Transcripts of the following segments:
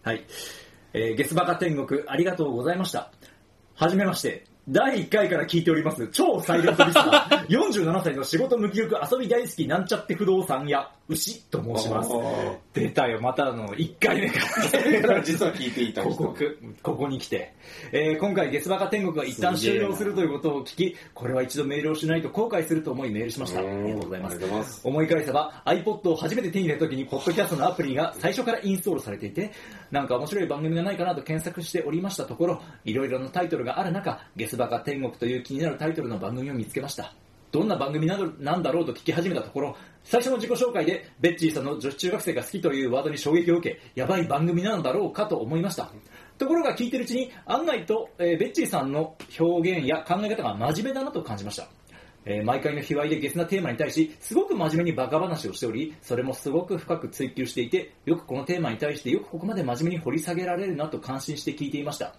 はい。えー、月バカ天国、ありがとうございました。はじめまして。第1回から聞いております、超サイレントリスナー、47歳の仕事無気力遊び大好きなんちゃって不動産屋、牛と申しますおー。出たよ、またの1回目から。 実は聞いていた広人。告、ここに来て、えー今回、月バカ天国が一旦すげ終えな了するということを聞き、これは一度メールをしないと後悔すると思いメールしました。あうーんりがとうございまあすりがとうございます。思い返せば、iPod を初めて手に入れた時に、ポッドキャストのアプリが最初からインストールされていて、なんか面白い番組がないかなと検索しておりましたところ、いろいろなタイトルがある中、月バカ天国という気になるタイトルの番組を見つけました。どんな番組などなんだろうと聞き始めたところ、最初の自己紹介で、ベッチーさんの女子中学生が好きというワードに衝撃を受け、やばい番組なのだろうかと思いました。ところが聞いてるうちに、案外と、えーベッチーさんの表現や考え方が真面目だなと感じました。えー毎回の卑猥でゲスなテーマに対し、すごく真面目にバカ話をしており、それもすごく深く追求していて、よくこのテーマに対してよくここまで真面目に掘り下げられるなと感心して聞いていました。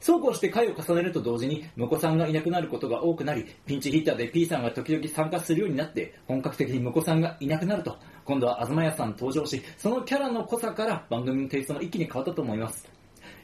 そうこうして回を重ねると同時に、婿さんがいなくなることが多くなり、ピンチヒッターで P さんが時々参加するようになって、本格的に婿さんがいなくなると、今度は東谷さん登場し、そのキャラの濃さから番組のテイストも一気に変わったと思います。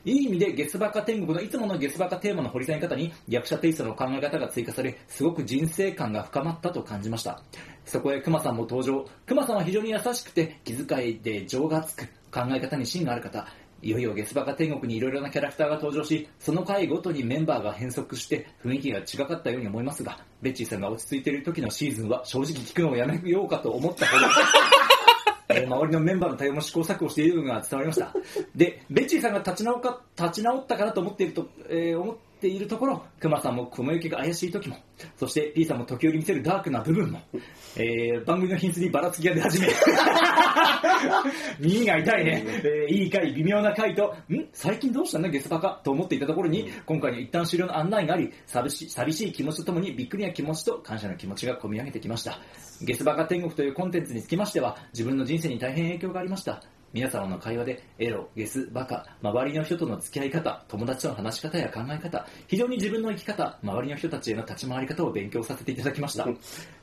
いい意味でゲスバカ天国のいつものゲスバカテーマの掘り下げ方に役者テイストの考え方が追加され、すごく人生観が深まったと感じました。そこへ熊さんも登場。熊さんは非常に優しくて気遣いで情がつく考え方に芯がある方。いよいよゲスバカ天国にいろいろなキャラクターが登場し、その回ごとにメンバーが変則して雰囲気が違かったように思いますが、ベッチーさんが落ち着いている時のシーズンは正直聞くのをやめようかと思ったほど、えー周りのメンバーの対応も試行錯誤している部分が伝わりました。で、ベッチーさんが立ち直か立ち直ったかなと思っていると、えー思っているところ、クマさんも雲行きが怪しい時も、そして P さんも時折見せるダークな部分も、えー番組の品質にばらつきが出始め、耳が痛いね、えーいい回、微妙な回と、ん最近どうしたんだ、ゲスバカと思っていたところに、今回の一旦終了の案内があり、寂し寂しい気持ちとともに、びっくりな気持ちと感謝の気持ちが込み上げてきました。ゲスバカ天国というコンテンツにつきましては、自分の人生に大変影響がありました。皆様の会話でエロ、ゲス、バカ、周りの人との付き合い方、友達との話し方や考え方、非常に自分の生き方、周りの人たちへの立ち回り方を勉強させていただきました。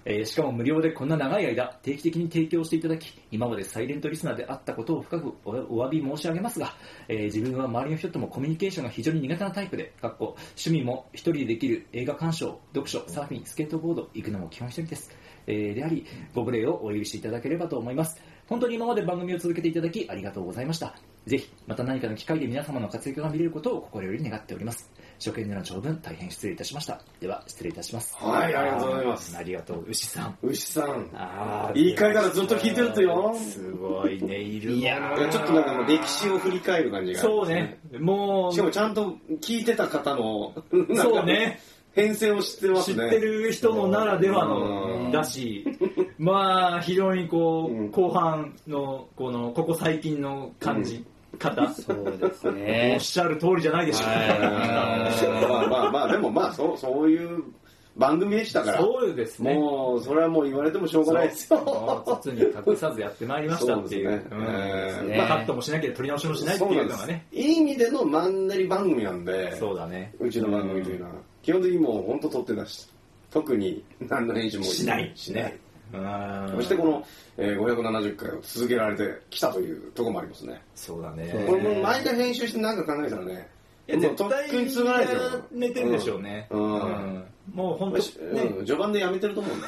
えーしかも無料でこんな長い間、定期的に提供していただき、今までサイレントリスナーであったことを深くおお詫び申し上げますが、えー自分は周りの人ともコミュニケーションが非常に苦手なタイプで、かっこ趣味も一人でできる映画鑑賞、読書、サーフィン、スケートボード、行くのも基本一人です。えーであり、ご無礼をお許しいただければと思います。本当に今まで番組を続けていただきありがとうございました。ぜひ、また何かの機会で皆様の活躍が見れることを心より願っております。初見での長文、大変失礼いたしました。では、失礼いたします。はいありがとうございますありがとう、牛さん。牛さん。あいい回からずっと聞いてるとよすごいね、いるものちょっとなんかもう歴史を振り返る感じが。そうね。、もう、しかもちゃんと聞いてた方の、そう。ね。編成を知ってま知すっね。てる人のならではうのんだし、まあ、非常にこうう、ん後半の、この、ここ最近の感じ方、そうですおっね。しゃる通りじゃないでしょうはか。まあまあまあ、でもまあ、そう、そういう番組でしたから。そうですね。もう、それはもう言われてもしょうがないですよ。もう実に隠さずやってまいりましたっていう。そうですねんえーまあ、カットもしなきゃ取り直しもしないってそういなうんでのがすね。。いい意味でのマンネリ番組なんで、そうだね。うちの番組というのは。基本的にもう本当撮って出し、特に何の編集もしないしない。うんそしてこの、えー570回を続けられてきたというところもありますね。そうだね。これもう毎回編集して何か考えたらね、もうとっくに積まれてるよ。寝てるでしょうね。うんもう本当うんね。うん序盤でやめてると思うん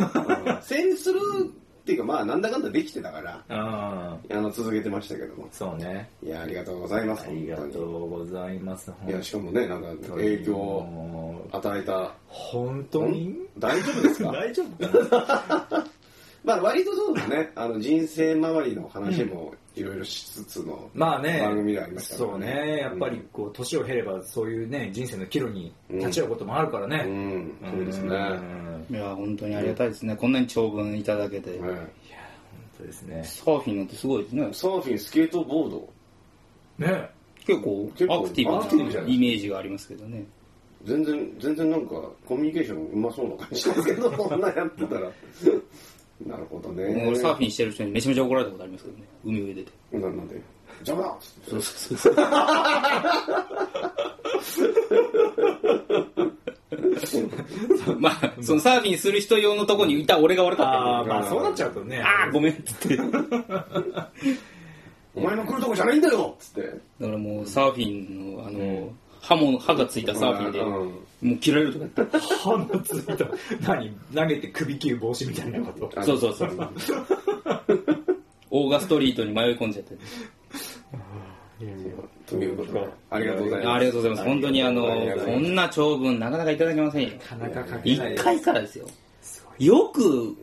だよ。成立するっていうか、まあ、なんだかんだできてたから、うん。あの、続けてましたけども。そうね。いや、ありがとうございます。ありが本と当にうございます。いや、しかもね、なんか影響をを。与えた。本当に大丈夫ですか大丈夫 かなまあ、割とそうですね、あの、人生周りの話もいろいろしつつの、まあね。番組でありましたかそらうねね。やっぱり、こう、年を経れば、そういうね、人生の岐路に立ち会うこともあるからうね。ん、そうですね。んはいや、本当にありがたいですね。こんなに長文いただけて。いそうですね。サーフィンなんてすごいですね。サーフィン、スケートボード、ね。結構結構アクテアクティィブじゃなブないイメージがありますけどね。全然、全然なんか、コミュニケーションうまそうな感じですけど、 こんなやってたら。なるほどね。俺サーフィンしてる人にめちゃめちゃ怒られたことありますけどね。海上でて。ななんで邪魔だそうそうそうそう。まあ、そのサーフィンする人用のとこにいた俺が悪あかあ、ったまあそうなっちゃうとね。ああー、ごめんっつって。お前の来るとこじゃないんだよつって。だからもうサーフィンの、あの、歯も、歯がついたサーフィンで、もうんう切られるとか言っ歯のついた何投げて首切る帽子みたいなことた。そうそうそう。オーガストリートに迷い込んじゃって。 ということで、ありがとうございます。ありがとうございます。本当にあの、ありがとうございこますんな長文なかなかいただけませんよ。なかなか書けない一回からですよ。よく、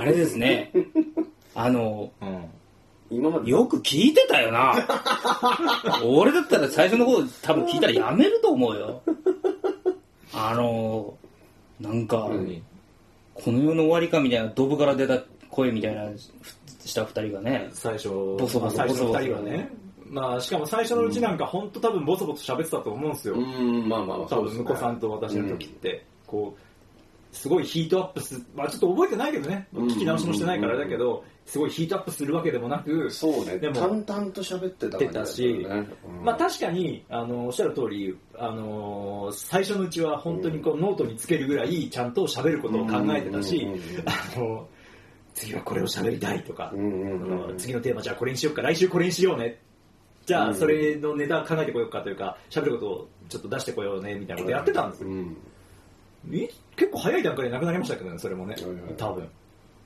あれですね。あの、うん今まで、よく聞いてたよな。 俺だったら最初の方多分聞いたらやめると思うよ。あの、なんか、何この世の終わりかみたいな、ドブから出た声みたいなした二人がね。最初ボソボソまあ最初の2人はねまあしかも最初のうちなんか本当多分ボソボソ喋ってたと思うんですよ、うん、まあまあまあ、多分婿さんと私の時って、こうすごいヒートアップすまあちょっと覚えてないけどねうん聞き直しもしてないからだけどすごいヒートアップするわけでもなくそうね、でも淡々と喋ってた感じだったよね出たまあ、確かにあのおっしゃる通りあの最初のうちは本当にこうノートにつけるぐらいちゃんと喋ることを考えてたしうんうんうんうんあの次はこれを喋りたいとか、うんうんうんあの次のテーマじゃあこれにしようか来週これにしようねじゃあそれのネタ考えてこようかというか喋ることをちょっと出してこようねみたいなことやってたんですようん、え結構早い段階でなくなりましたけどねそれもねはいはい多分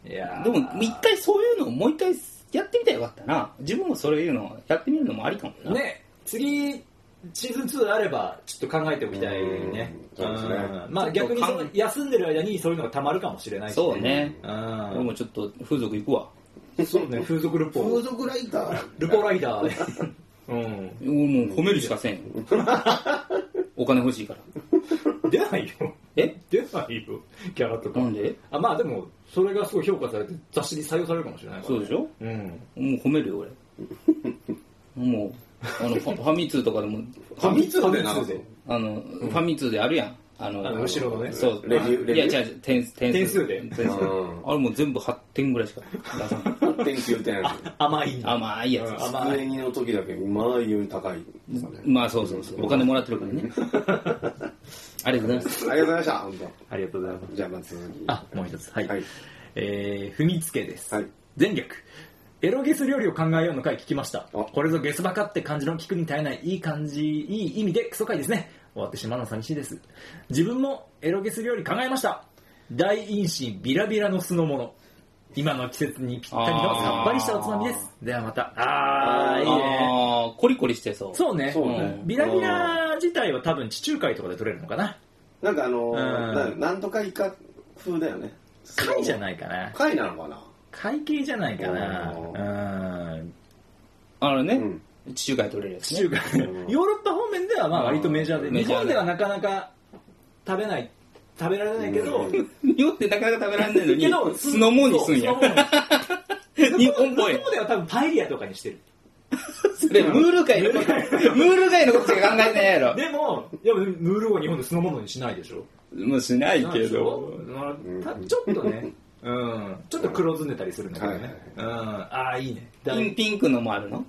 いやーでも、一回そういうのをもう一回やってみたらよかったな。自分もそういうのをやってみるのもありかもな。ね次シーズン2あればちょっと考えておきたいねうんそうですねんまあ逆にその休んでる間にそういうのがたまるかもしれないしそうね。うん俺もちょっと風俗行くわ。そうね風俗ルポ風俗ライタールポライダー でうん俺もう褒めるし かせんよ。お金欲しいから。出ないよえ出ないよキャラとかなんであまあでもそれがすごい評価されて雑誌に採用されるかもしれないからそうねでしょうんもう褒め るよ、俺。もう、あの、ファファミ通とかでも、ファミ通でなファミ通であの、ファミ通であるやん。あのあの、後ろのねそう。レビューレビューいや、違う違う、点数。点点数で点数うんあれもう全部8点ぐらいしか出さ ない。 8.9点甘いあ、まあ、いいやつ。うん甘い上にの時だけまあよに高い、まあ、そうそうそう。お金もらってるから ね。ありがとうございます。ありがとうございました本ありがとうございます当じゃあまず続きあもう一つはい、はいえー踏みつけです、はい前略エロゲス料理を考えようの回聞きましたあこれぞゲスバカって感じの聞くに耐えないいい感じいい意味でクソ回ですね終わってしまうの寂しいです自分もエロゲス料理考えました大陰唇ビラビラの酢の物今の季節にぴったりのさっぱりしたおつまみですではまたあーいいねあーコリコリしてそう。そうねそうねんビラビラ自体は多分地中海とかで取れるのかななんかあのんななんとかイカ風だよね貝じゃいないかな貝なのかな会計じゃないかなおうんあのねうん、地中海取れるやつ地ね。中海うん ヨーロッパ方面ではまあ割とメジャーでうん日本メでジャーではなかなか食べない食べられないけどうん匂ってなかなか食べられないのけどに、酢のもんにすんやそう。酢の物日本っぽい日。本では多分パエリアとかにしてるそれ、ムール貝のこと、ムール貝のことしか考えてないやろ。でもいやムールは日本で酢の物にしないでしょもうしないないけでしょど。まあたちょっとねうんちょっと黒ずんでたりするんだけどねうんああいいねだピンピンクのもあるの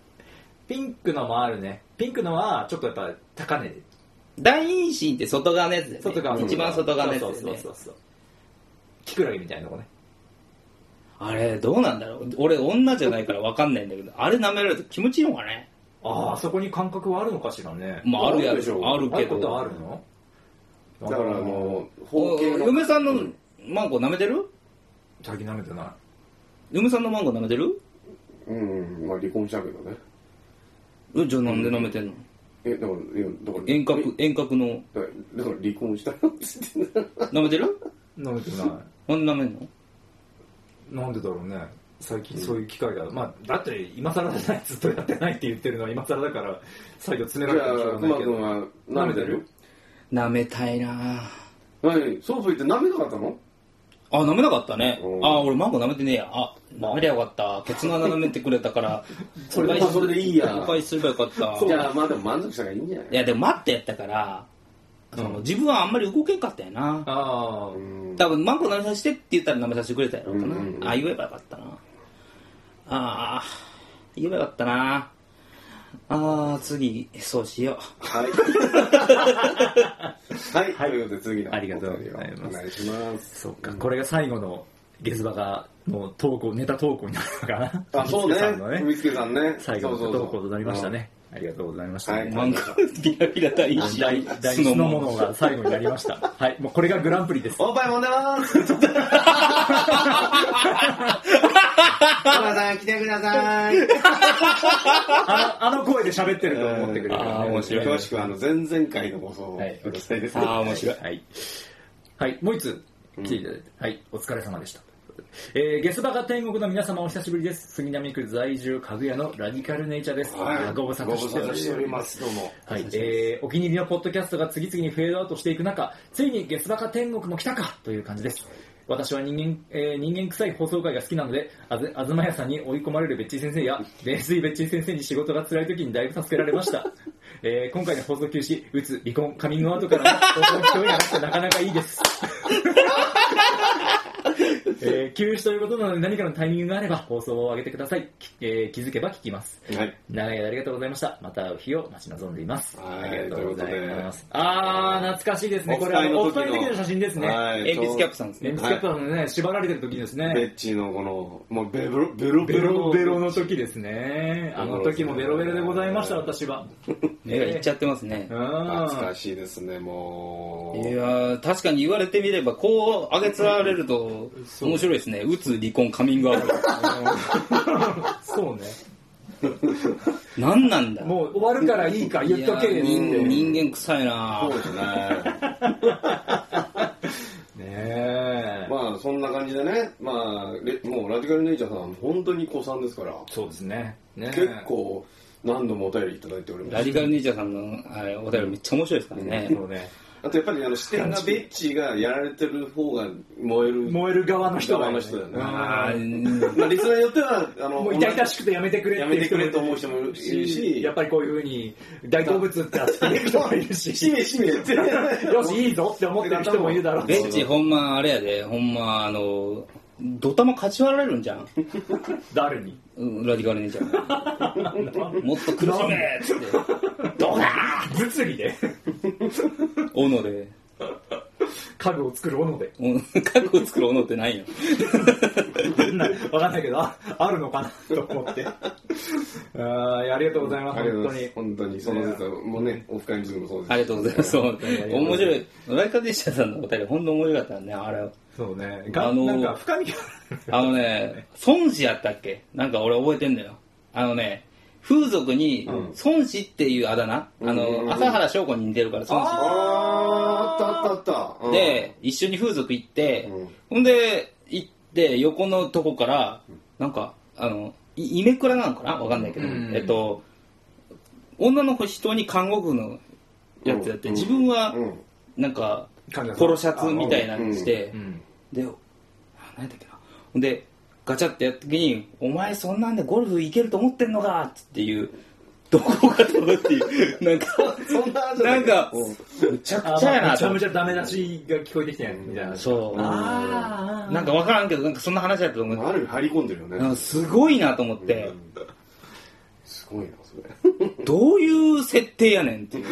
ピンクのもあるねピンクのはちょっとやっぱ高値で大陰唇って外側のやつだよね。外側一番外側のやつだそようそうねそ。うそうキクラゲみたいなとこねあれ、どうなんだろう。俺、女じゃないから分かんないんだけど、あれ舐められると気持ちいいのかね。ああそこに感覚はあるのかしらねまあ、あるやあるでしょうろ。あるあけることはあど。るのだからあの方お形の嫁さんのマンゴー舐めてる最近舐めてない嫁さんのマンゴー舐めてるうん、うん、まあ離婚したけどねえじゃあなんで舐めてんのえだからいやだから遠隔、遠隔の、だからだから離婚したよっつって 舐めてる舐めてない なんで舐めんのなんでだろうね最近そういう機会が、まあだって今更じゃないずっとやってないって言ってるのは今更だから再度詰めじられゃたあ、らしょうくがまないけくんどは舐めてる舐めたいなぁ。何そうそう言って舐めなかったのあ、舐めなかったねう。んあ、俺マンゴー舐めてねえや。あ、舐めりゃよかった。ケツの穴舐めてくれたから、 それでそれでいいやお返しすればよかった。じいゃあ、まあでも満足したからいいんじゃないや、でも待ってやったから、その自分はあんまり動けんかったよな。ああうん多分マンゴー舐めさせてって言ったら舐めさせてくれたやろうかな。うんうんうんあ、言えばよかったな。ああ、言えばよかったな。ああ、次、そうしよはい。 はい、ということで次のありがとうございますお願いします。そうかこれが最後のゲスバがの投稿ネタ投稿になるのかなあ、そうミスケさんのね。ねみつけさんね。最後のそう投そう稿となりましたねありがとうございました。はい漫画、ギラギラ大石大大事のもの が最後になりました。はい、もうこれがグランプリ です。おっぱい揉んでまーす。お母さん来てください。あのあの声で喋ってると思ってくれる、あー面白い詳しくはあの前々回の放送をはいくださいです。ああ、面白い。はい。はい、もう一つ来ていただいて、はい、お疲れ様でした。えー、ゲスバカ天国の皆様お久しぶりです。杉並区在住かぐやのラディカルネイチャーです。はいご無沙汰しております。す。どうも。はい、えー、お気に入りのポッドキャストが次々にフェードアウトしていく中、ついにゲスバカ天国も来たかという感じです。私は人間、えー人間臭い放送回が好きなので、あず、あずまやさんに追い込まれるベッチー先生や、冷水ベッチー先生に仕事が辛い時にだいぶ助けられました。 えー今回の放送休止、うつ、離婚、カミングアウトからの放送の人になってなかなかいいです。 えー休止ということなので何かのタイミングがあれば放送を上げてください。きえー気づけば聞きます。はい。長い間ありがとうございました。また会う日を待ち望んでいます。はいありがとうございます。ということであー、懐かしいですね。これはお二人の時の写真ですね。はい鉛筆キャップさんですね鉛。筆キャップのね、縛られてる時ですベね。ッチーのこの、もうベロベロベロベロの時ですね。あの時もベロベロでございました、ベロベロ私は。目がいっちゃってますねう。ん。懐かしいですね、も。いうやー確かに言われてみれば、こう上げつられると、面白いですね。うつ、離婚、カミングアウト。 そうね。何なんだもう終わるからいいか、言っとけですっいやーて。ね人人間臭いなそうでぁすね。 え。まあ、そんな感じでね、まあ、レもうラディカルネイチャーさん、本当に子さんですから、そうですね。ね結構何度もお便りいただいておりまラす。ディカル兄ちゃんさんのあれお便りめっちゃ面白いですからね。そうね。あとやっぱりあの視点がベッチーがやられてる方が燃える。燃える側の人側はの人だよね。あーまあ、リスナーによっては、あの、もう痛々しくてやめてくれやめてくれと思う人もいるし、やっぱりこういうふうに大好物って扱ってる人もいるしし めしめっ て。よしいいぞって思ってる人もいるだろうベッチほんまあれやで、ほんまあの、ドタマ勝ち割られるんじゃん。誰にうんラディカル兄ちゃんが。もっと苦しめっつって、どうだ物理で 斧で。家具を作る斧で うん家具を作る斧ってないよ。わかんないけどああるのかなと思ってあーありがとうございますありがとう本当ございますに。本当に、その説はもうね、オフ会の時もそうです。ありがとうございます。面りがとうござい白い。ライカディッシャーさんのお便り、ほんと面白かったね、あれは。そうねあのーなんか深みが あのね、孫子やったっけなんか俺覚えてんだよ。あのね、風俗に孫子っていうあだ名、あうんの、朝原翔子に似てるから孫あ子。ーあったあったあった。うん、で、一緒に風俗行って、うんほんで、行って、横のとこから、なんか、あの、いイメクラなのかなわかんないけど、うんえっと、女の子人に看護婦のやつやって、うん自分はう、ん、なんか、神田さんポロシャツみたいなのして、うんで、あ何だっけな。ほんで、ガチャってやった時に、お前そんなんでゴルフ行けると思ってんのかっていう、どこかとかっていう、 なんか、そんなじゃないんかうん、むちゃあくちゃやまあめなちゃと思っめてちゃダメ出しが聞こえてきてみたいなそう。あーなんかわからんけど、なんかそんな話だったと思う。ある意味入り込んでるよなんねか。すごいなと思って、すごいな、それ。 どういう設定やねんっていう。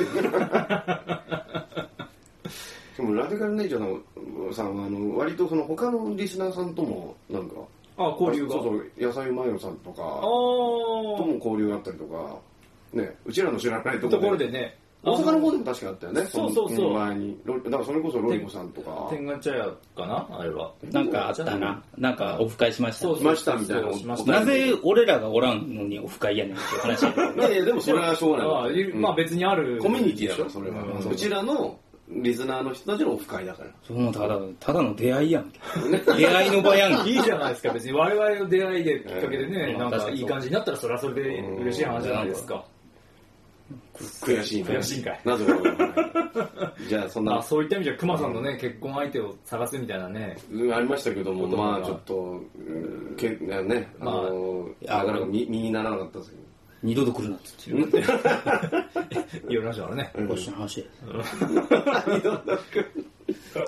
でも、ラディカルネイチャーさんは、あの、割とその他のリスナーさんとも、なんか、あ交流がそうそう、野菜マヨさんとあか、ーとも交流があったりとか、ね、うちらの知らないところところでね大阪の方でも確かあったよね。そうそうそうの前に。ロだからそれこそロリコさんとか、天眼茶屋かなあれはなんかあったな。なんかオフ会しましたそう来。ましたみたいなそうしまし。たなぜ俺らがおらんのにオフ会やねんっていう話やけどいやいや、でもそれはしょうがああない。まあ別にあるコミュニティだから、それは。うんそううちらのリスナーの人たちのオフ会だから。そのただ、ただの出会いやんけ。出会いの場やんけ。いいじゃないですか別に我々の出会いできっかけでね、うんなんか確かにいい感じになったらそれはそれで嬉しい話じゃないですか、悔しいね悔しいんかい なぜかわからない。じゃあ、そんまあな、そういった意味じゃ熊さんのね結婚相手を探すみたいなねうんありましたけども、言ま葉があちょっと、うんけね、あまあの、やなかなか身身にならなかっ たですけど。二度と来るなって言ってる。言われましたからね、こっちの話や。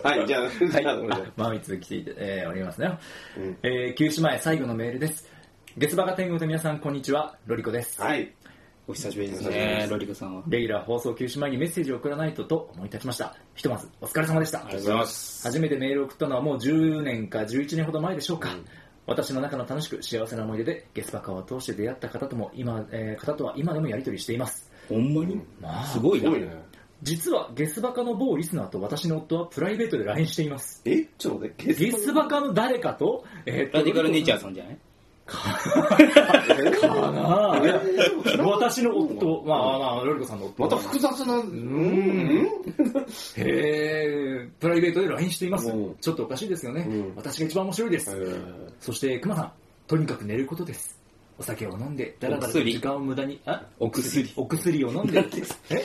はい、じゃあ、じゃあこれでまあ、いつ来ていて、えーおりますね、んえー休止前最後のメールです月馬が天狗の皆さんこんにちはロリコですはい。お久しぶりですお久しぶりでねす、ロリコさんは。レギュラー放送休止前にメッセージを送らないとと思い立ちましたひとまずお疲れ様でしたありがとうござざいいまますす。初めてメールを送ったのはもう10年か11年ほど前でしょうか、私の中の楽しく幸せな思い出でゲスバカを通して出会った方とも今、えー方とは今でもやり取りしています、ほんまにまあすごいすなごいね。実はゲスバカの某リスナーと私の夫はプライベートで LINE していますえちょっと待って、ゲスバカの誰かと,、えーとラディカルネイチャーさんじゃないかなあ え私の夫、まあまあ、ロリコさんの夫。また複雑な、うーん。へえ、プライベートで LINE していますうん。ちょっとおかしいですよねうん。私が一番面白いでえす。ーそして、熊さん、とにかく寝ることです。お酒を飲んで、だらだらとお薬時間を無駄に、あお薬お薬を飲ん で、え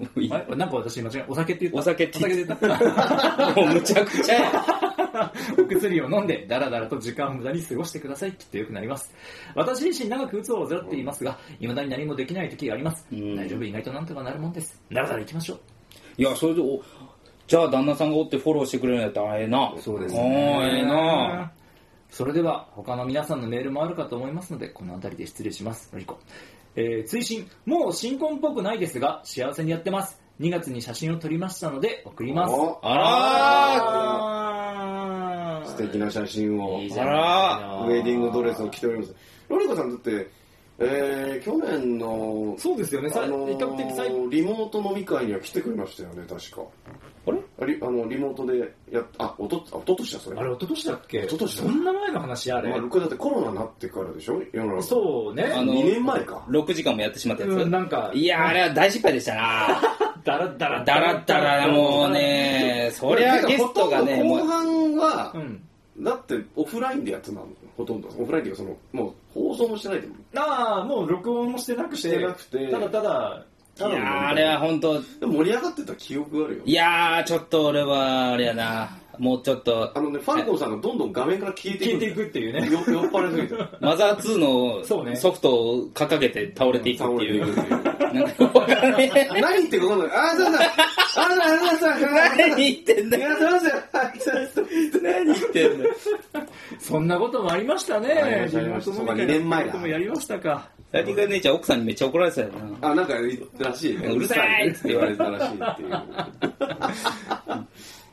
もういいあれなんか私間違え、お酒って言った。お酒ってお言酒で言っった。もうむちゃくちゃやお薬を飲んで、だらだらと時間を無駄に過ごしてください。きっと良くなります。私自身長く鬱を患っていますが、未だに何もできない時があります。うん大丈夫、意外となんとかなるもんです。だらだら行きましょう。いやそれでおじゃあ旦那さんがおってフォローしてくれるんやったらええなそうですおーええなそれでは他の皆さんのメールもあるかと思いますのでこの辺りで失礼しますのりこ、えー、追伸もう新婚っぽくないですが幸せにやってます2月に写真を撮りましたので送りますおあらあ素敵な写真を。いいウじゃあェディングドレスを着ております。ロリコさんだって、えー、去年の、そうですよねさあのー比較的最リモート飲み会には来てくれましたよね、確か。あれあリあのリモートでやっあ、おとあおととしだ、それ。あれ一昨年だっけ一昨年だそんな前の話あれ、まあ、僕だってコロナになってからでしょ世の中。う。そうねあの2年前か。 6時間もやってしまったやつ、うんなんかいやあれは大失敗でしたな だらだらだらだらもうねそりゃゲストがねほもとうんど後半は、うんだってオフラインでやってたのほとんどオフラインっていうかそのもう放送もしてないでああもう録音もしてなくてしてなくてただただいやーあれは本当でも盛り上がってた記憶があるよいやーちょっと俺はあれやなもうちょっとあのねファルコンさんがどんどん画面から消えてい消えてくいくっていうね よ酔っ払いすぎてマザー2そうのねソフトを掲げて倒れていくっていう。なんかわかんねえ何言ってるか分かんないあーそうだあーそうだあーそうだあーそうだ何言ってんだいよ。やそうだあーそうだ何言ってんだよ。そんなこともありましたね。ありましたありましたリモート飲みそうか会二年前だこともやりましたか。ラディカル姉ちゃん奥さんにめっちゃ怒られてたよな。あなんか言ったらしいねうるさいって言われたらしいっていう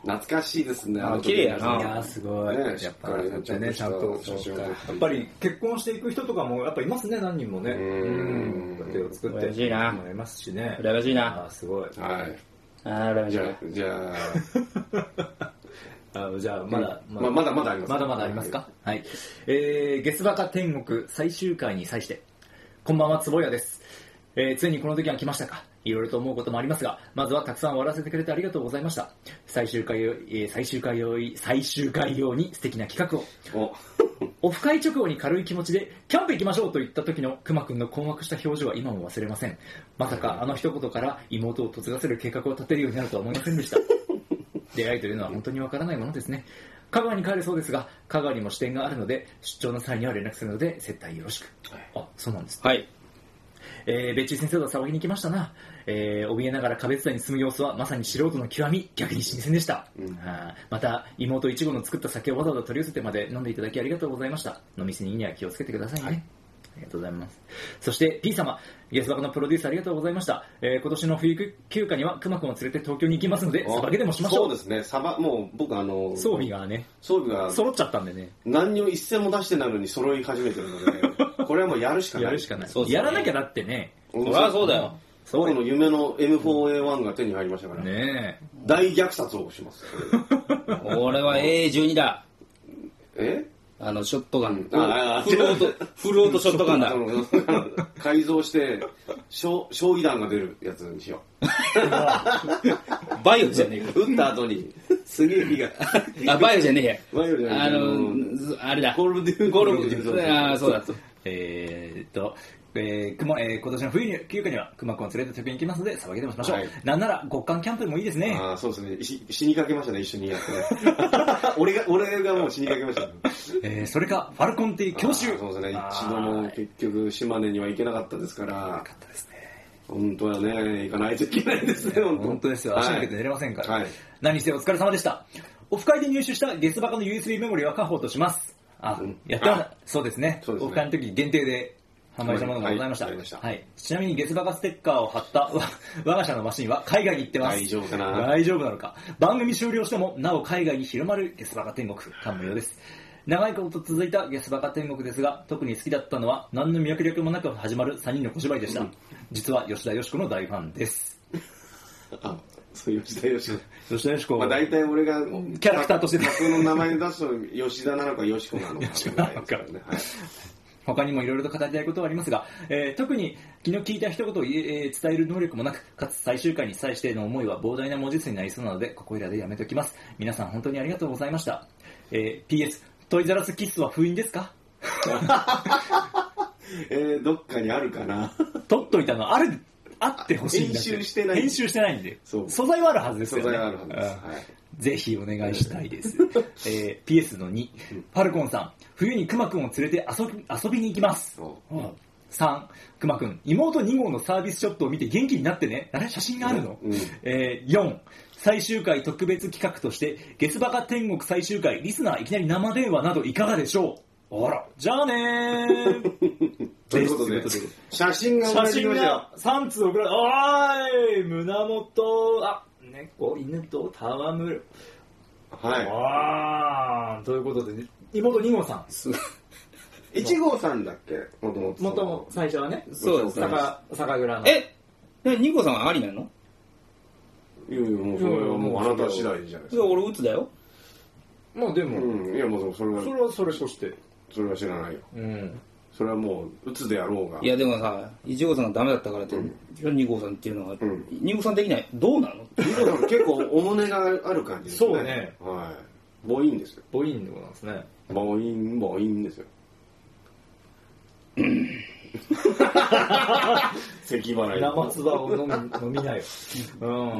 懐かしいですねあ綺麗やないやーすごい。ねやっぱしっかりだってね、ちちゃゃんんとと。した写真を撮ってやっぱり結婚していく人とかもやっぱいますね、何人もね。うんうん。家庭を作って嬉しいなもらいますしね。羨ましいな。あーすごい。はいあー羨ましいじゃな。あ、じゃあ、あーじゃあまだ、うんまあまだまだありますまだまだありますか。はい。えー、月馬鹿天国最終回に際して、こんばんは、坪谷です。えーついにこの時が来ましたか。いろいろと思うこともありますが、まずはたくさん終わらせてくれてありがとうございました。最終回用、えー最終回用、最終回用に素敵な企画を。お、オフ会直後に軽い気持ちで、キャンプ行きましょうと言った時のくまくんの困惑した表情は今も忘れません。まさかあの一言から妹を嫁がせる計画を立てるようになるとは思いませんでした。出会いというのは本当にわからないものですね。香川に帰るそうですが、香川にも支店があるので、出張の際には連絡するので、接待よろしく。あ、そうなんです。はい。えー、ベッチー先生とは騒ぎに行きましたな。えー、怯えながら壁伝いに住む様子はまさに素人の極み、逆に新鮮でした。うんあーまた、妹いちごの作った酒をわざわざ取り寄せてまで飲んでいただきありがとうございました。飲みすぎには気をつけてくださいね。ありがとうございます。そして、P 様、ゲスバカのプロデュースありがとうございました。えー、今年の冬休暇にはくまくんを連れて東京に行きますので、おサバゲでもしましょう。そうですね、サバ、もう僕あの、装備がね、装備が揃っちゃったんでね、何にも一銭も出してないのに揃い始めてるので、これはもうやるしかない。やるしかない。そうですねやらなきゃだってね、そりゃそうだよ。そう僕の夢の M4A1 が手に入りましたから、ねえ。大虐殺をします。俺は A12 だ。えあの、ショットガン。うんああフルオート、フルオートショットガンだ。その 改造して、焼焼夷弾が出るやつにしよバイオじゃねえう。撃った後に、すげえ火が。か。あ、バイオじゃねバイオじえゃや。なあいけどの、ずあれだ。コールデューコールコールデューああ、そうだ。えーっと、えーくまえー今年の冬に休暇にはくまくんを連れて旅行に行きますので、騒ぎでもしましょう。はいなんなら極寒キャンプでもいいですね。ああ、そうですね。し死にかけましたね、一緒にやってね。 俺が、俺がもう死にかけました、ね。えーそれか、ファルコンティ教習。ああそうですね。あー一度も結局、島根には行けなかったですかよらか、ったですね。本当はね、行かないといけないですね、本当本当ですよ。足抜けて寝れませんから。はい。何せお疲れ様でした。オフ会で入手したゲスバカの USB メモリは家宝とします。あ、うんやったあそうですね。そうですねオフ会の時限定で販売したものがございました。ははいいわかりましたちなみにゲスバカステッカーを貼った わ我が社のマシンは海外に行ってます。大丈夫かな大丈夫なのか。番組終了しても、なお海外に広まるゲスバカ天国、感無量です。長いこと続いたゲスバカ天国ですが特に好きだったのは何の脈略もなく始まる3人の小芝居でした、実は吉田よし子の大ファンですあそう吉田よし吉田よし子まあ大体俺がキャラクターとしてその名前出すと吉田なのかよしこなのか吉田なのかはい他にもいろいろと語りたいことはありますが、えー特に昨日聞いた一言を言ええー伝える能力もなく、かつ最終回に際しての思いは膨大な文字数になりそうなので、ここいらでやめときます。皆さん本当にありがとうございました。えー PS、トイザラスキッスは封印ですかえーどっかにあるかな取っといたのはある、あってほしいんだって編集してない編集してないんで。そう素材はあるはずです素よね。材あるはずです、うんはいぜひお願いしたい です。えー PS の2、ファルコンさん、冬にクマくんを連れて遊び遊びに行きます。そ3、クマくん、妹2号のサービスショットを見て元気になってね。あれ写真があるの、うんえー ?4、最終回特別企画として、ゲスバカ天国最終回、リスナーいきなり生電話などいかがでしょうあら、じゃあねー ということでですというこ写真が写送り真ましたよが3通送られた。おーい胸元、あ、猫、犬と戯る。はわーということで、ね、妹2号さい1号さんだっけもともん、もとも最初はね、そうですね酒酒蔵の。ええニコさんはありなのいやいやもうそれはもうあなた次第じゃないでそすれか俺打つだよまあでも、うんいやもうそれはそれはそれとして。それは知らないようん。それはもう打つであろうがいやでもさ1号さんがダメだったからって、じゃあ2号さんっていうのは、うん2号さん的にはどうなのでも結構おもねがある感じですねそうねはい母音ですよボインでございますね。母音母音ですよ咳払い生唾を飲み飲みなよ。うん。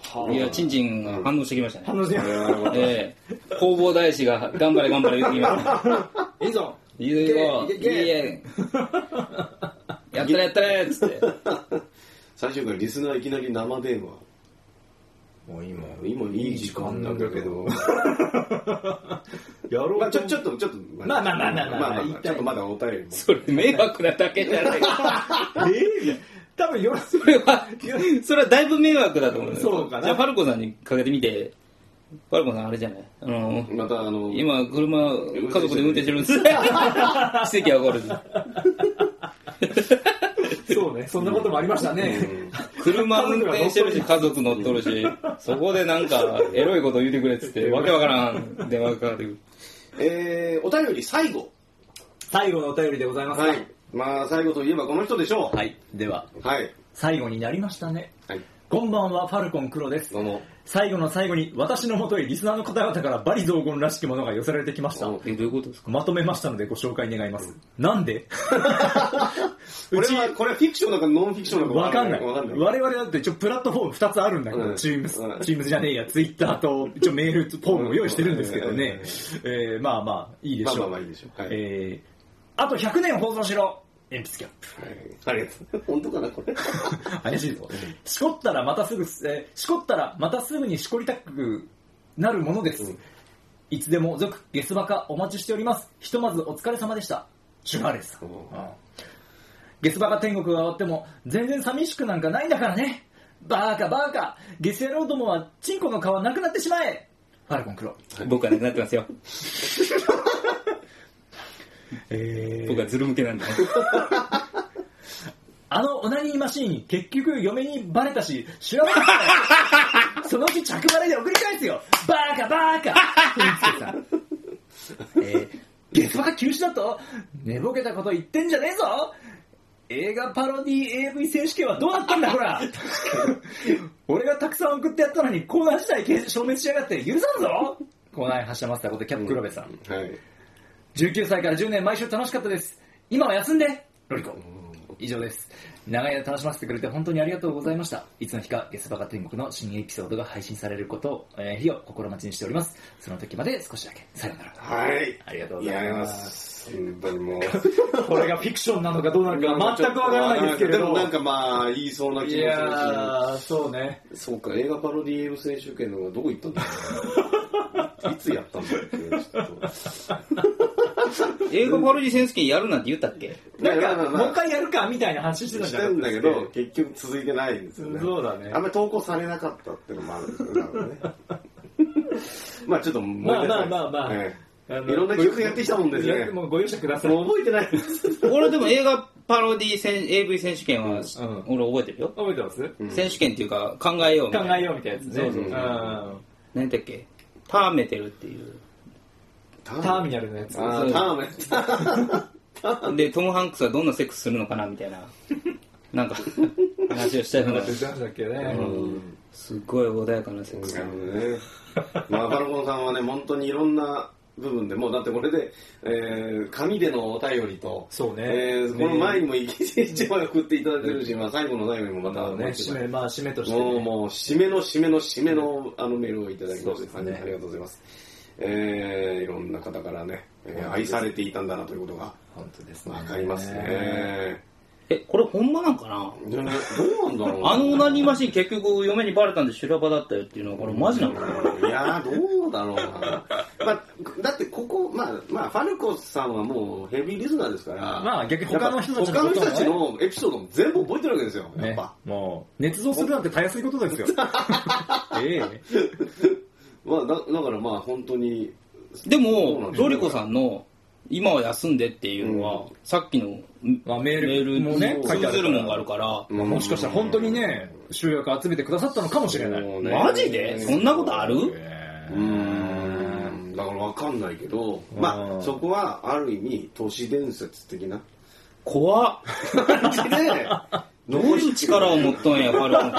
はいやチンチンが反応してきましたね、反応しいてあれはよかったええ弘法大師が頑張れ頑張れ言ってきましたいいぞ いいよ、いいえ。やったれやったれっつって。最初からリスナーいきなり生電話もう今、今いい時間なんだけどやろうまあちょ ちょょっとちょっとまあまあまあまあまあまあまあ言いちたいょっとまだお便りもそれ迷惑なだけじゃないか。ええ多分よろしいそれは、 それはだいぶ迷惑だと思うよ。そうかなじゃあ、ファルコさんにかけてみて、ファルコさんあれじゃないあの、またあの今、車、家族で運転してるん です。奇跡起こる。そうね、そんなこともありましたね。車運転してるし、家族乗っとるし、そこでなんか、エロいこと言うてくれっつ って、わけわからん電話がかかってくる。えーお便り最後最後のお便りでございます。はい。まあ最後といえばこの人でしょうはい、では、はい最後になりましたね。はいこんばんは、ファルコン黒です。どうも最後の最後に私のもとへリスナーの方々からバリ雑言らしきものが寄せられてきましたおえ、どういうことですかまとめましたのでご紹介願いますなん でこれはこれはフィクションだかノンフィクションだかわかんないわかんない我々だって一応プラットフォーム2つあるんだけど、うんチームス、うんチームスじゃねえやツイッターと一応メールフォームを用意してるんですけどね、えーまあまあいいでまあしまあょう、まあいいでしょうはい、えーあと100年放送しろ鉛筆キャップはいありがとう本当かなこれ怪しいぞ。しこったらまたすぐ、えーしこったらまたすぐにしこりたくなるものです。いつでも続、ゲスバカお待ちしております。ひとまずお疲れ様でした。シュガーレスさん。おううんゲスバカ天国が終わっても全然寂しくなんかないんだからね。バーカバーカ、ゲス野郎どもはチンコの皮なくなってしまえ。ファルコン黒。 僕はなくなってますよ。え僕はズル向けなんで。あのオナニーマシーン、結局嫁にバレたし、知らなかったよそのうち着払いで送り返すよバーカバーカえー、ゲスバカ休止だと寝ぼけたこと言ってんじゃねえぞ映画パロディ AV 選手権はどうなったんだほら俺がたくさん送ってやったのにコーナー自体消滅しやがって許さんぞコーナーへ発射マスターことキャップ黒部さん、はい19歳から10年毎週楽しかったです今は休んでロリコ以上です長い間楽しませてくれて本当にありがとうございましたいつの日かゲスバカ天国の新エピソードが配信されることを、えー日を心待ちにしておりますその時まで少しだけさようならはいありがとうございますいや本当にもう これがフィクションなのかどうなでもなんかまあ言いそうな気もすいるしやーそうねそうか、映画パロディー M 選手権の方がどこ行ったんだろ ういつやったんだろうって、ちょっ英語パロディ選手権やるなんて言ったっけと。なんいやかまあまあもう一回やるかみたいな話してたしじゃてんんだけど、結局続いてないんですよね。そうだねあんまり投稿され なかったっていうのもあるんですよね。多分ねまあちょっと思い出せないまあまあまあまあええあのいろんな曲やってきたもんですねいやもうご容赦ください。 もう覚えてないです。 俺でも映画パロディ選 AV 選手権んは、俺覚えてるよ、覚えてます、選手権っていうか考えようみたい考なえようみたいなやつね。そうそうそううん何だっけターメテルっていうタターミナルのやつ。あーターメン。でトム・ハンクスはどんなセックスするのかなみたいななん か話をしたいのながんか言ってましたっけね。すっごい穏やかなセックスなるほどね。まあ、パルコンさんはね、本当にいろんな部分でもう、だってこれで、えー紙でのお便りと、そうねえーこの前にも生きて一枚送っていただいてるし、まあ、最後の最後にもまたまあね、締め、まあ締めとして、もう、ね。もう、締めの締めの締めの、あのメールをいただきまそうしでて、すねはいありがとうございます。えーいろんな方からね、えー愛されていたんだなということが本当ですね。わかりますね。えこれほんまなんかなねどうなんだろうなあのオナニーマシン結局嫁にバレたんで修羅場だったよっていうのはこれマジなのかないやーどうだろうな、まあ、だってここ、まあまあ、ファルコさんはもうヘビーリスナーですから、まあ逆に他の人たちやっぱの他のこともね人たちのエピソードも全部覚えてるわけですよ、やっねぱ、、もう、捏造するなんてたやすいことですよ。ええまあ、だだからまあ本当にそうなでんもですよロリコさんの「今は休んで」っていうのは、さっきのまあメールもねに書いてあ通るからずるもんがあるからまあもしかしたら本当にね、集約集めてくださったのかもしれない。そうねマジでそんなことあるえうーんだからわかんないけど、まうあ、んそこはある意味都市伝説的な怖っ感じでどういう力を持っ とんやバルコン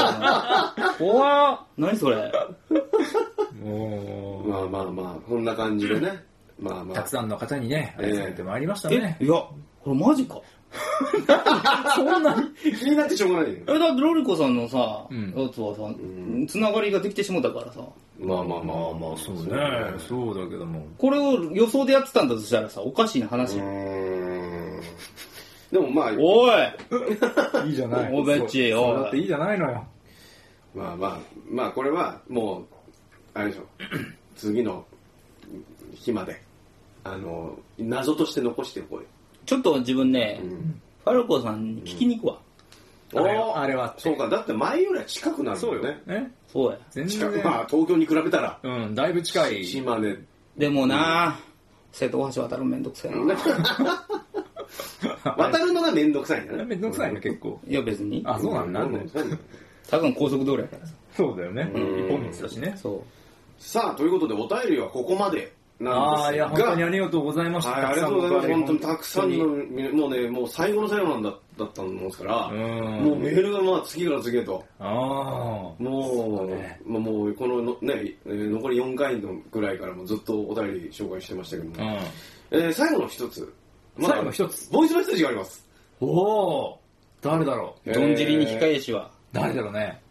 君怖っ何それえもうまあまあまあこんな感じでねまあまたあくさんの方にね、ええ愛されてまいりましたえね。いやこれマジかそんなに気になってしょうがないよえだってロリコさんのさ、んやつはさ、つながりができてしもたからさまあまあまあまあそうね、そうだけども。これを予想でやってたんだとしたらさおかしいな話、うーんでもまあ、おいいいじゃない。おべっちよそうそうだっていいじゃないのよ。まあまあ、まあこれはもう、あれでしょ、 次の日まで、あの、謎として残しておこうよ。ちょっと自分ね、んファルコさんに聞きに行くわ、あれはおーあれはってそうか、だって前よりは近くなるもんね。ね。そうや全近然く、。まあ東京に比べたら、うん、だいぶ近い。島根、でもな、瀬戸大橋渡るのめんどくさいな、い渡るのがめんどくさいんだね。めんどくさいね、結構。や別にあ、そうなんだ。ねただの高速道路やからさそうだよね。一本道だしね。そうさあ、ということでお便りはここまであなんあ、でいすや、が。本当にありがとうございました。はい、ありがとうございます。本当にたくさんの、本もうね、もう最後の最後なんだだったもんですから、んもうメールがまあ次から次へと、当にああ。もう、ねまあもうこののね、えー残り4回のぐらいからもずっとお便り紹介してましたけども、えー最後の一つ、まだ最後の一つボイスメッセージがあります。うん。おお誰だろうえーどんじりに控えしは、誰だろうね。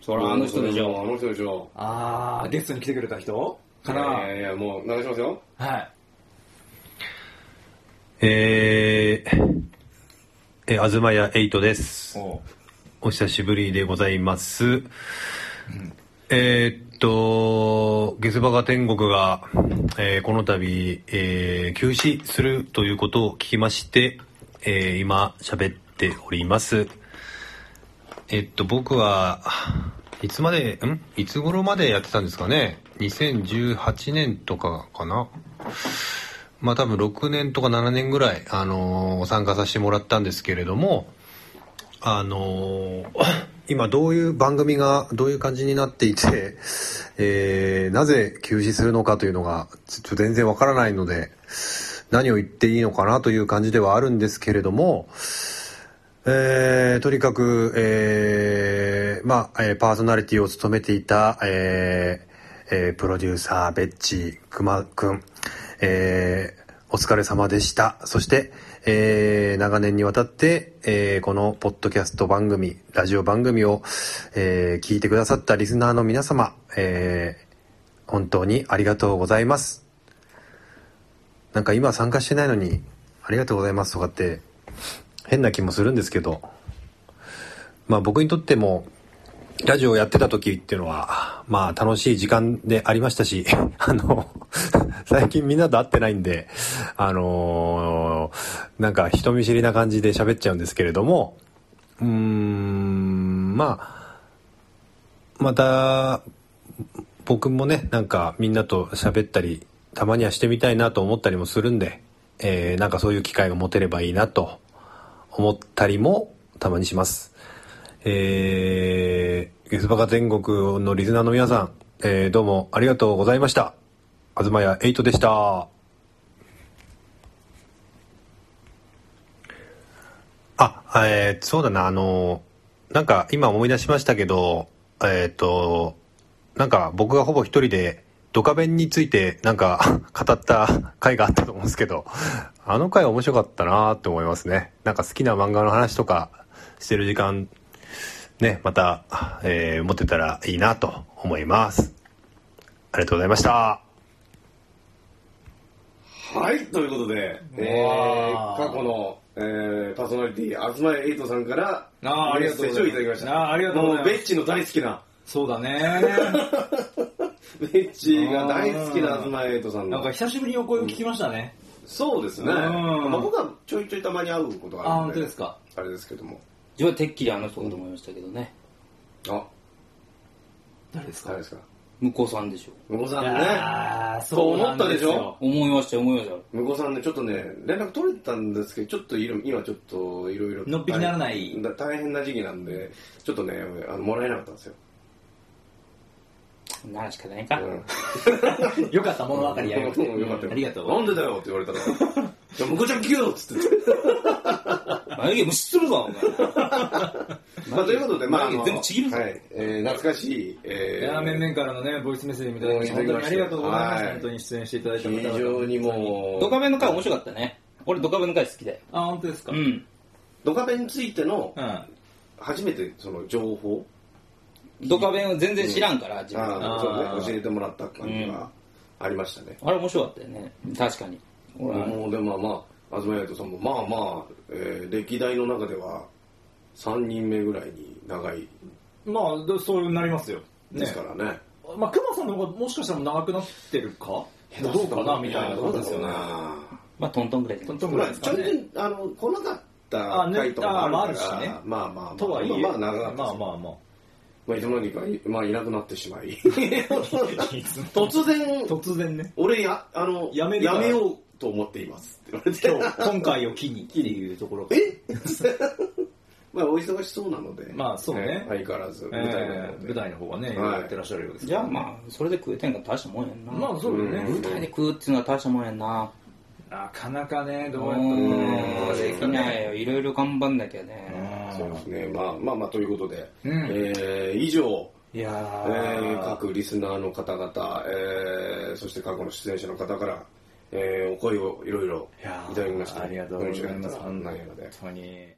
そらあの人でしうんあょの人でしょ。ああ、ゲストに来てくれた人かな、えーいや、もう流しますよ。はい。えー、えー、あずまやエイトです。おうお久しぶりでございます。えーっと、ゲスバガ天国が、えーこの度、えー休止するということを聞きまして、えー今喋っております。えっと、僕はいつまで、んいつ頃までやってたんですかね ?2018 年とかかなまあ多分6年とか7年ぐらい、あのー参加させてもらったんですけれども、あのー 今どういう番組がどういう感じになっていて、 えーなぜ休止するのかというのがちょっと全然わからないので、何を言っていいのかなという感じではあるんですけれども、えーとにかく、えーまあ、えーパーソナリティを務めていた、えーえープロデューサー、ベッチ、くまくん、えーお疲れ様でした。そして、えー長年にわたって、えーこのポッドキャスト番組、ラジオ番組を、えー聞いてくださったリスナーの皆様、えー本当にありがとうございます。なんか今参加してないのに、ありがとうございますとかって、変な気もするんですけど、まあ僕にとっても、ラジオをやってた時っていうのは、まあ楽しい時間でありました し、あの、最近みんなと会ってないんで、あのなんか人見知りな感じで喋っちゃうんですけれども、うーん、まあ、また、僕もね、なんかみんなと喋ったりたまにはしてみたいなと思ったりもするんで、えーなんかそういう機会が持てればいいなと思ったりもたまにします。えー、ゲスバカ全国のリズナーの皆さん、えーどうもありがとうございました。東谷エイトでした。あ、えーそうだな、あの、なんか今思い出しましたけど、えっ、と、なんか僕がほぼ一人で、ドカベンについてなんか 語った回があったと思うんですけど、あの回面白かったなって思いますね。なんか好きな漫画の話とかしてる時間、ね、また、えー持てたらいいなと思います。ありがとうございました。はい、ということで、えうーわー過去の、えーパーソナリティ、あずまえエイトさんから、あーありメがッとうごセざいますージをいただきました。あーありがとうございますもう、ベッチの大好きな、そうだね。ベッチが大好きなあずまえエイトさんなのんか、久しぶりにお声を聞きましたね。そうですうね。んまあ、僕はちょいちょいたまに会うことあがある本ん当で、ですか。あれですけども。自分はてっきりあの人かと思いましたけどねあ、誰です誰ですか。向こうさんでしょ向こうさんね、ああ、そう思ったでしょ思いました思いました向こうさんね、ちょっとね、連絡取れたんですけど、ちょっといろ今ちょっといろいろ。のっぴきならない大大変な時期なんで、ちょっとね、あのもらえなかったんですよ。そんな話しかないか、うんよかった、物分かり やがってうんよかったよありがとう。なんでだよって言われたから。じゃあ、向こうちゃん聞けよっつって。眉毛無視するぞお前まあ、ということで、まあ、あの全部ちぎるぞはい。えー懐かしい、 えいーやー面々からのね、ボイスメッセージみたいな本当にありがとうございます。はい本当に出演していただいた方非々常にもう、ドカベンの回面白かったね俺ドカベンの回好きだよあ、本当ですか。ううん。んドカベンについての、あ初めてその情報、ドカベンを全然知らんから自分はあああーそうね、教えてもらった感じがありましたね。あれ面白かったよね確かに俺はもうでもまあ、東ヤイトさんも、まあまあ、えー歴代の中では、3人目ぐらいに長いまあ、どそうなりますよ。でねすからね。まあ、熊さんの方がもしかしたら長くなってるかどうかなみたいなところですよね。まあトントンぐらいでトントンぐまらいあ、ですちかょいね。ちょい、あの、来なかったあね回とかもああーるまあかあるしねら、まあまあ、とはいえ、まあまあ長かったですまあまあまあ。まあ、いつの間にかい、まあ、いなくなってしまい。いつも突然、 突然ね。俺や、あの、やめるからようと思っていますって言われて。今日、今回を機にっていうところが。えまあ、お忙しそうなので。まあそうねえー相変わらず、え舞台なのーで舞台の方がね、はいやってらっしゃるようですじゃあまあそれで食えてんから大したもんやんな、あまあそうだね。うん舞台で食うっていうのは大したもんやんななかなかね、どうやったらねうこんれででいいきかねないよいろいろ頑張んなきゃねそうでうすね。まあまあまあ、ということで、うんえー以上、んいやえーー各リスナーの方々、えーそして過去の出演者の方から、えーお声をいろいろいやーいただきました。ありがとうございます。よろしかったらなんやらで。本当に。